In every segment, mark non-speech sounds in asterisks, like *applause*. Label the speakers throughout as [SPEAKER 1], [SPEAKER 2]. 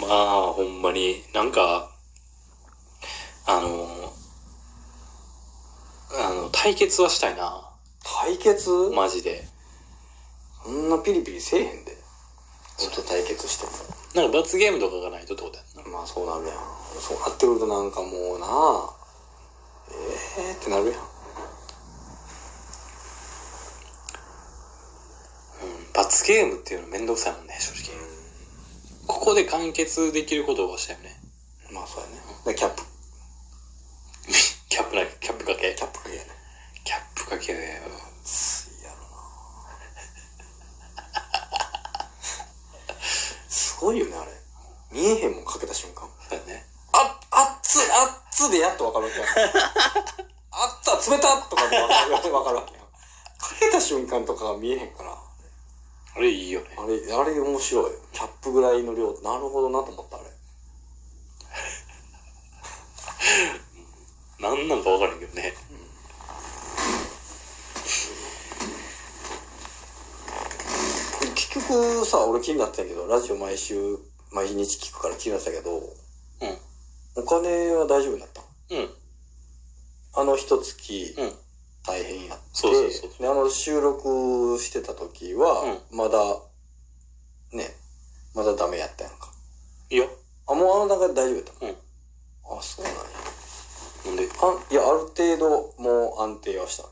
[SPEAKER 1] まあ、ほんまに、なんか、あの、あの、対決はしたいな。
[SPEAKER 2] 対決
[SPEAKER 1] マジで。
[SPEAKER 2] そんなピリピリせえへんで。俺と対決しても。
[SPEAKER 1] なんか罰ゲームとかがないとってことやんな。
[SPEAKER 2] まあそうなるやん。そうなってくるとなんかもうなあええー、ってなる
[SPEAKER 1] うん。
[SPEAKER 2] やん。
[SPEAKER 1] 罰ゲームっていうのめんどくさいもんね、正直。ここで完結できることをしたよね。
[SPEAKER 2] まあそうやね。でキャップ、
[SPEAKER 1] キャップな、キャップかけ
[SPEAKER 2] キャップかけやね。
[SPEAKER 1] キャップかけで、
[SPEAKER 2] ついやろなすごいよね、あれ。見えへんもんかけた瞬間。
[SPEAKER 1] そうやね。
[SPEAKER 2] あ、あっつ、あっつでやっとわかるわけやん。あった、冷たとかでわかるわけわかるわけやん。かけた瞬間とかが見えへんから。
[SPEAKER 1] あれいいよね。
[SPEAKER 2] あれ、あれ面白い。キャップぐらいの量、なるほどなと思った、あれ。
[SPEAKER 1] なんなんかわからんけどね。
[SPEAKER 2] 結局さ、俺気になってんけど、ラジオ毎週、毎日聞くから気になってたけど、
[SPEAKER 1] うん。
[SPEAKER 2] お金は大丈夫になった
[SPEAKER 1] うん。
[SPEAKER 2] あの一月、
[SPEAKER 1] うん
[SPEAKER 2] 大変やって、
[SPEAKER 1] そうそうそう
[SPEAKER 2] で、あの収録してた時は、まだ、ね、まだダメやったやんか。
[SPEAKER 1] いや、
[SPEAKER 2] あ、もうあの中で大丈夫やった
[SPEAKER 1] うん
[SPEAKER 2] あ、そうなんや。
[SPEAKER 1] なんで、
[SPEAKER 2] あいや、ある程度、もう安定はした。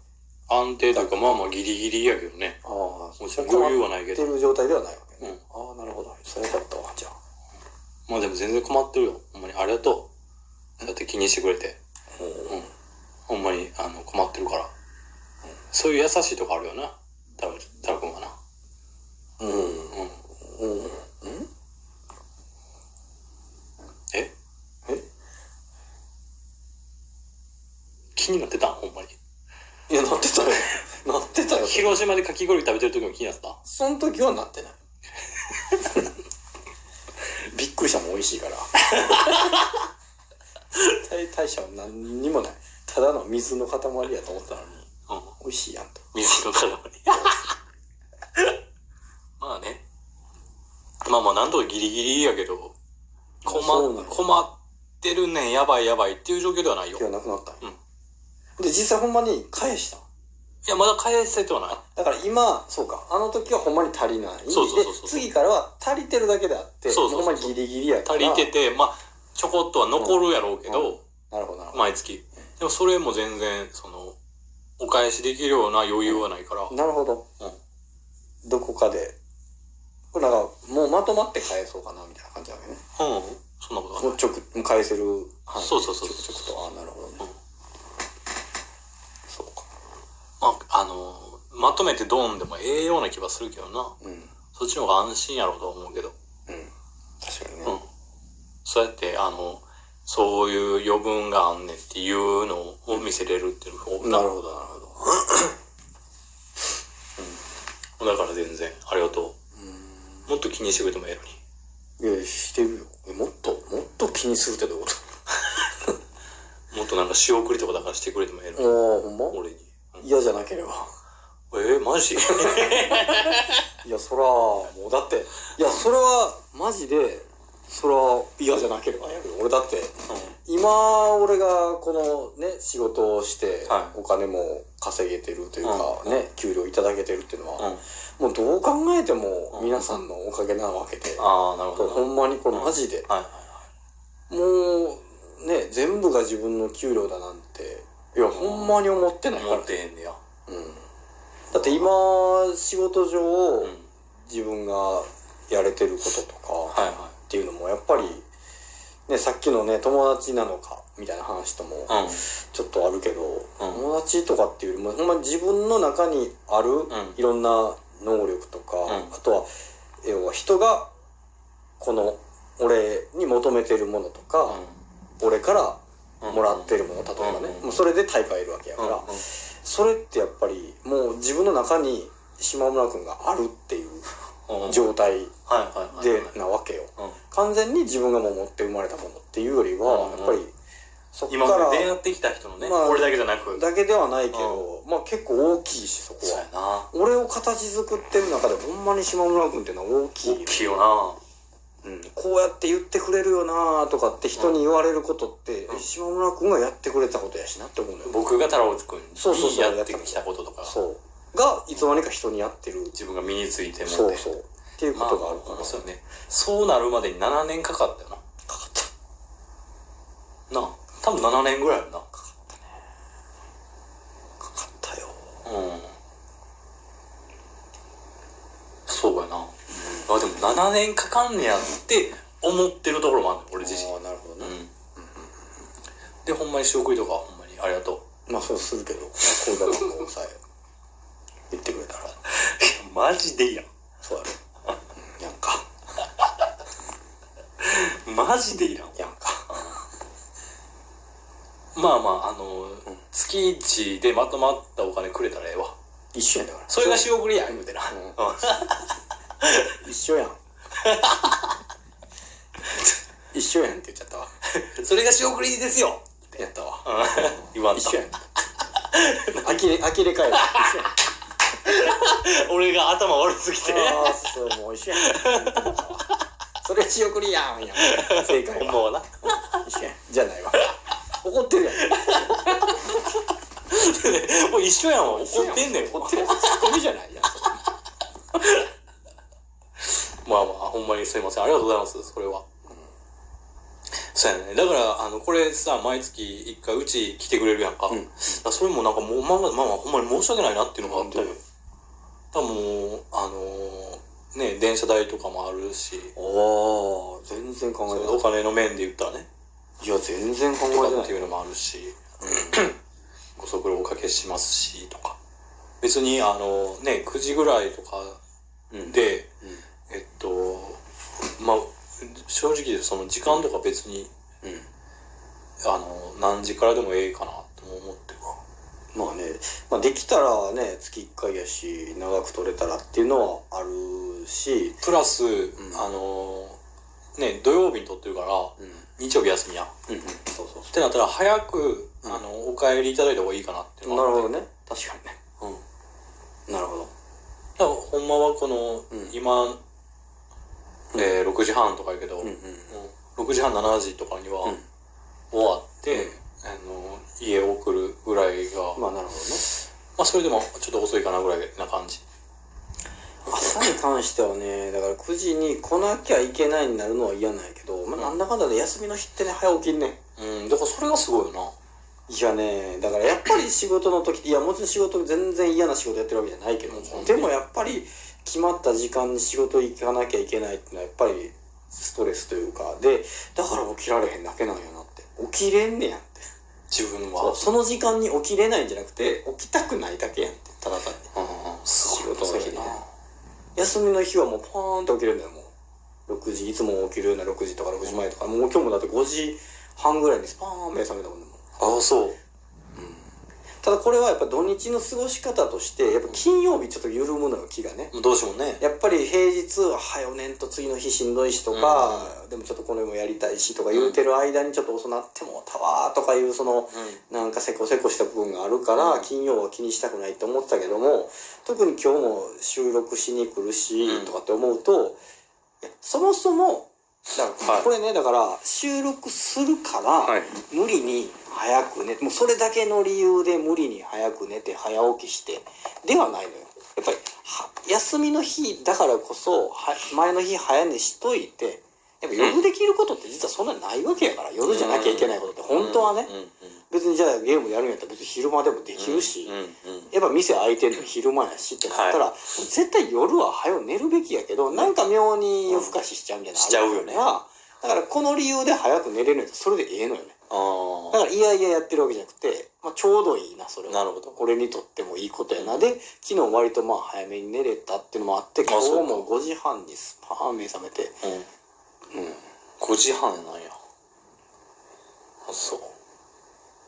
[SPEAKER 2] あ
[SPEAKER 1] 安定というか、まあまあギリギリやけどね。
[SPEAKER 2] あ、も
[SPEAKER 1] もちろん余裕はない
[SPEAKER 2] っ
[SPEAKER 1] け
[SPEAKER 2] て
[SPEAKER 1] ど。
[SPEAKER 2] る状態ではないわけ
[SPEAKER 1] う
[SPEAKER 2] ね
[SPEAKER 1] ん。
[SPEAKER 2] ああ、なるほど。それはよかったわ、じゃあ。
[SPEAKER 1] まあでも全然困ってるよ。ほんまにありがとう。だって気にしてくれて。うん。ほんまに、あの、困ってるから。そういう優しいとこあるよな。たぶん、たぶんはな。
[SPEAKER 2] うん。うん。
[SPEAKER 1] うん。
[SPEAKER 2] うん。うん
[SPEAKER 1] え
[SPEAKER 2] え
[SPEAKER 1] 気になってたほんまに。
[SPEAKER 2] いや、なってたよ。なってたよ。
[SPEAKER 1] 広島でかき氷食べてる時も気になってた
[SPEAKER 2] その時はなってない。びっくりしたもん美味しいから。大大したもん何にもない。ただの水の塊やと思ったのに、
[SPEAKER 1] うん。
[SPEAKER 2] 美味しいやんと。
[SPEAKER 1] 水の塊。 *laughs* まあね。まあまあ、なんとかギリギリやけど、
[SPEAKER 2] そうな
[SPEAKER 1] 困
[SPEAKER 2] んや
[SPEAKER 1] 困ってるねん、やばいやばいっていう状況ではないよ。
[SPEAKER 2] 今
[SPEAKER 1] い
[SPEAKER 2] 日なくなったんやで、実際ほんまに返したん。
[SPEAKER 1] や、まだ返せてはない。
[SPEAKER 2] だから今、そうか、あの時はほんまに足りない。
[SPEAKER 1] そうそうそうそう
[SPEAKER 2] で、次からは足りてるだけであって、
[SPEAKER 1] そうそうそう
[SPEAKER 2] ほんまにギリギリやから。
[SPEAKER 1] 足りてて、まあ、ちょこっとは残るやろうけ
[SPEAKER 2] うんう
[SPEAKER 1] ど、
[SPEAKER 2] なるほど、なるほ
[SPEAKER 1] 毎月。でもそれも全然、その、お返しできるような余裕はないから
[SPEAKER 2] ど。。なるほど。
[SPEAKER 1] うん
[SPEAKER 2] どこかで。これなんか、もうまとまって返そうかな、みたいな感じだよね。
[SPEAKER 1] うん、そんなことは
[SPEAKER 2] も
[SPEAKER 1] な
[SPEAKER 2] う
[SPEAKER 1] い。
[SPEAKER 2] ちょく、もう返せる範囲で
[SPEAKER 1] そうそうそう
[SPEAKER 2] ちょくちょくと。ああ、なるほどね。
[SPEAKER 1] うん
[SPEAKER 2] そうか。
[SPEAKER 1] まあ、あの、まとめてドーンでもええような気はするけどな。
[SPEAKER 2] うん。うん。
[SPEAKER 1] そっちの方が安心やろうとは思うけど。
[SPEAKER 2] 確かにね。
[SPEAKER 1] うん。そうやって、あの、そういう余分があんねんっていうのを見せれるっていう方が、
[SPEAKER 2] なるほど、なるほど。
[SPEAKER 1] だから全然、ありがと
[SPEAKER 2] う
[SPEAKER 1] う。もっと気にしてくれてもええのに。
[SPEAKER 2] ん。いや、してるよ。えもっと、もっと気にするってどういうこ
[SPEAKER 1] もっとなんか仕送りとかだからしてくれてもええの
[SPEAKER 2] と
[SPEAKER 1] に。
[SPEAKER 2] おおほんま
[SPEAKER 1] 俺に。うん
[SPEAKER 2] 嫌じゃなければ。
[SPEAKER 1] えー、マジ
[SPEAKER 2] いや、そら、もうだって、いや、それは、マジで、そら、嫌じゃなければやるよ。俺だって、今、俺が、このね、仕事をして
[SPEAKER 1] は、い
[SPEAKER 2] お金も稼げてるというか、
[SPEAKER 1] うん
[SPEAKER 2] ね、給料いただけてるっていうの
[SPEAKER 1] う
[SPEAKER 2] は、
[SPEAKER 1] ん。
[SPEAKER 2] もうどう考えても
[SPEAKER 1] うん
[SPEAKER 2] 皆さんのおかげなわけで、
[SPEAKER 1] ああ、なるほど。
[SPEAKER 2] ほんまにこれ
[SPEAKER 1] うん
[SPEAKER 2] マジで、
[SPEAKER 1] はいはい
[SPEAKER 2] もうね、全部が自分の給料だなんて、いや、ほんまに思ってない
[SPEAKER 1] はい。
[SPEAKER 2] から。
[SPEAKER 1] 持ってへんねや。
[SPEAKER 2] うんだって今、仕事上
[SPEAKER 1] うん。、
[SPEAKER 2] 自分がやれてることとか
[SPEAKER 1] はいは
[SPEAKER 2] っていうのも、やっぱり、ね、さっきのね、友達なのか、みたいな話とも、
[SPEAKER 1] い。うん。
[SPEAKER 2] ちょっとあるけど、友達とかっていうよりもほんまに自分の中にある
[SPEAKER 1] ん
[SPEAKER 2] いろんな能力とか、
[SPEAKER 1] うん
[SPEAKER 2] あとは要は人がこの俺に求めてるものとか、俺からもらってるもの、例えばね、
[SPEAKER 1] うん
[SPEAKER 2] もうそれで大会いるわけや
[SPEAKER 1] う
[SPEAKER 2] か
[SPEAKER 1] ん
[SPEAKER 2] ら、それってやっぱりもう自分の中に島村君があるっていう
[SPEAKER 1] うんうん。
[SPEAKER 2] 状態
[SPEAKER 1] はいはいはい。
[SPEAKER 2] でなわけよ。
[SPEAKER 1] うん、
[SPEAKER 2] 完全に自分がもう持って生まれたものっていうよりは
[SPEAKER 1] うん、
[SPEAKER 2] やっぱりそっか
[SPEAKER 1] 今ま
[SPEAKER 2] ら
[SPEAKER 1] で出会ってきた人のね、
[SPEAKER 2] まあ
[SPEAKER 1] 俺だけじゃなく。
[SPEAKER 2] だけではないけど、まあ結構大きいしそこ
[SPEAKER 1] そうや
[SPEAKER 2] は
[SPEAKER 1] な。
[SPEAKER 2] 俺を形作ってる中でほんまに島村君っていうのは大きい
[SPEAKER 1] 大きいよ
[SPEAKER 2] うん、こうやって言ってくれるよなとかって人に言われることって、
[SPEAKER 1] うん
[SPEAKER 2] 島村君がやってくれたことやしなって思うのよ
[SPEAKER 1] 僕が太郎くん
[SPEAKER 2] そうそう
[SPEAKER 1] に
[SPEAKER 2] そう
[SPEAKER 1] やってきたこととか、
[SPEAKER 2] そうがいつの間にか人にやってる
[SPEAKER 1] 自分が身についても
[SPEAKER 2] そうそうっていうことがあるから、
[SPEAKER 1] まあ、そうよねそうなるまでに7年かかったよなかかったなあ多分7年ぐらいやんなかか
[SPEAKER 2] かかったよ
[SPEAKER 1] ったうんそうやな、あでも7年かかんねやって思ってるところもあるね俺自身
[SPEAKER 2] ああなるほど
[SPEAKER 1] う
[SPEAKER 2] ね、
[SPEAKER 1] んでほんまに仕送りとかほんまにありがとう
[SPEAKER 2] まあそうするけど口座番号さえ言ってくれたら
[SPEAKER 1] マジでいいやん
[SPEAKER 2] そうやろうんやんか
[SPEAKER 1] マジでいいやん
[SPEAKER 2] やんか
[SPEAKER 1] まあまああの、
[SPEAKER 2] ん
[SPEAKER 1] 月一でまとまったお金くれたらええわ
[SPEAKER 2] 一緒やんだから
[SPEAKER 1] それが仕送りや言うてな、
[SPEAKER 2] うん
[SPEAKER 1] うん
[SPEAKER 2] 一緒
[SPEAKER 1] *laughs*
[SPEAKER 2] やん一緒やんって言っちゃったわ
[SPEAKER 1] *laughs* それが仕送りですよ
[SPEAKER 2] やったわ
[SPEAKER 1] 言わんと *laughs*
[SPEAKER 2] 一緒やんあきれあきれかよ一緒やん
[SPEAKER 1] 俺が頭悪すぎて
[SPEAKER 2] ああそうもう一緒やんそれ仕送りやんやん正解
[SPEAKER 1] *laughs* ほんま
[SPEAKER 2] は
[SPEAKER 1] はな
[SPEAKER 2] 一緒やんじゃないわ怒ってるやん
[SPEAKER 1] もう一緒やん怒
[SPEAKER 2] 怒
[SPEAKER 1] っ
[SPEAKER 2] ってて
[SPEAKER 1] ん
[SPEAKER 2] ん
[SPEAKER 1] ね
[SPEAKER 2] ね
[SPEAKER 1] ん
[SPEAKER 2] ん怒ってるツッコミじゃないやん
[SPEAKER 1] まあまあほんまにすいませんありがとうございますそれは、そうやねだからあのこれさ毎月一回うち来てくれるやんか,、
[SPEAKER 2] うん
[SPEAKER 1] それもなんかもうまあまあまあまあほんまに申し訳ないなっていうのがあったよ
[SPEAKER 2] 本
[SPEAKER 1] だからもうあのーね電車代とかもあるし
[SPEAKER 2] おお全然考えて
[SPEAKER 1] お金の面で言ったらね
[SPEAKER 2] ないいや全然考え
[SPEAKER 1] と
[SPEAKER 2] て
[SPEAKER 1] か
[SPEAKER 2] な
[SPEAKER 1] っ
[SPEAKER 2] い
[SPEAKER 1] ていうのもあるし、ご足労おかけしますしとか別にあのね9時ぐらいとか
[SPEAKER 2] うん
[SPEAKER 1] で、
[SPEAKER 2] うん
[SPEAKER 1] えっとまあ正直その時間とか別に
[SPEAKER 2] うん
[SPEAKER 1] あの何時からでもええかなとも思ってるわ
[SPEAKER 2] まあね、まあ、できたらね月1回やし長く取れたらっていうのはあるし、
[SPEAKER 1] プラス、
[SPEAKER 2] ん
[SPEAKER 1] あのね土曜日に撮ってるから
[SPEAKER 2] うんうん
[SPEAKER 1] 日曜日休みやんっ
[SPEAKER 2] うん、そうそう
[SPEAKER 1] てなったら早く、
[SPEAKER 2] うん
[SPEAKER 1] あのお帰りいただいた方がいいかなっていう
[SPEAKER 2] な
[SPEAKER 1] の
[SPEAKER 2] る
[SPEAKER 1] があ
[SPEAKER 2] ほど
[SPEAKER 1] って
[SPEAKER 2] ね確かにね
[SPEAKER 1] うん
[SPEAKER 2] なるほど
[SPEAKER 1] だからほんまはこの、
[SPEAKER 2] うん
[SPEAKER 1] 今、えー6時半とかやけど、
[SPEAKER 2] うんうん
[SPEAKER 1] うん6時半7時とかには
[SPEAKER 2] うん
[SPEAKER 1] 終わって、
[SPEAKER 2] うん
[SPEAKER 1] あの家送るぐらいが、ま
[SPEAKER 2] まあなるほどね
[SPEAKER 1] あ、それでもちょっと遅いかなぐらいな感じ
[SPEAKER 2] 朝に関してはねだから9時に来なきゃいけないになるのは嫌なんやけど、まあ、なんだかんだで休みの日ってね早起きんねん
[SPEAKER 1] うんだからそれがすごいよない
[SPEAKER 2] やねだからやっぱり仕事の時っていやもちろん仕事全然嫌な仕事やってるわけじゃないけど
[SPEAKER 1] うん
[SPEAKER 2] でもやっぱり決まった時間に仕事行かなきゃいけないっていうのはやっぱりストレスというかでだから起きられへんだけなんやなって起きれんねやって
[SPEAKER 1] 自分
[SPEAKER 2] そ
[SPEAKER 1] は
[SPEAKER 2] うその時間に起きれないんじゃなくて起きたくないだけやんってただ単に
[SPEAKER 1] うんうんすごい
[SPEAKER 2] 仕事の日ね
[SPEAKER 1] な
[SPEAKER 2] 休みの日はもうパーンと起きるんだよもう6時いつも起きるような6時とか6時前とかもう今日もだって5時半ぐらいにスパーン目覚めたもんねもう
[SPEAKER 1] ああそう
[SPEAKER 2] ただこれはやっぱ土日の過ごし方としてやっぱ金曜日ちょっと緩むのよ気がね
[SPEAKER 1] もうどうしてもね
[SPEAKER 2] やっぱり平日は早寝んと次の日しんどいしとか、でもちょっとこれもやりたいしとか言うてる間にちょっと遅なってもうたわーとかいうそのなんかせこせこした部分があるから、
[SPEAKER 1] うん
[SPEAKER 2] 金曜は気にしたくないと思ってたけども特に今日も収録しに来るし、
[SPEAKER 1] うん
[SPEAKER 2] とかって思うといやそもそもだから
[SPEAKER 1] はい
[SPEAKER 2] これね、だから収録するから、
[SPEAKER 1] い
[SPEAKER 2] 無理に早く寝てもうそれだけの理由で無理に早く寝て早起きしてではないのよやっぱりは休みの日だからこそは前の日早寝しといてやっぱ夜できることって実はそんなないわけやから夜じゃなきゃいけないことって本当はね
[SPEAKER 1] うんうん
[SPEAKER 2] 別にじゃあゲームやるんやったら別に昼間でもできるし
[SPEAKER 1] うんうん
[SPEAKER 2] やっぱ店開いてるの昼間やしってなったら、絶対夜は早う寝るべきやけど、なんか妙に夜更かししちゃうみたい
[SPEAKER 1] う
[SPEAKER 2] な、
[SPEAKER 1] んしちゃうよね
[SPEAKER 2] だからこの理由で早く寝れるんやったらそれでええのよね
[SPEAKER 1] あ
[SPEAKER 2] だからいやいややってるわけじゃなくて、まあ、ちょうどいいなそれ
[SPEAKER 1] あ
[SPEAKER 2] は
[SPEAKER 1] なるほど
[SPEAKER 2] 俺にとってもいいことやなで昨日割とまあ早めに寝れたっていうのもあって今日
[SPEAKER 1] そうか
[SPEAKER 2] も5時半にスパーン目覚めて
[SPEAKER 1] うん
[SPEAKER 2] うん
[SPEAKER 1] 5時半なんやあそう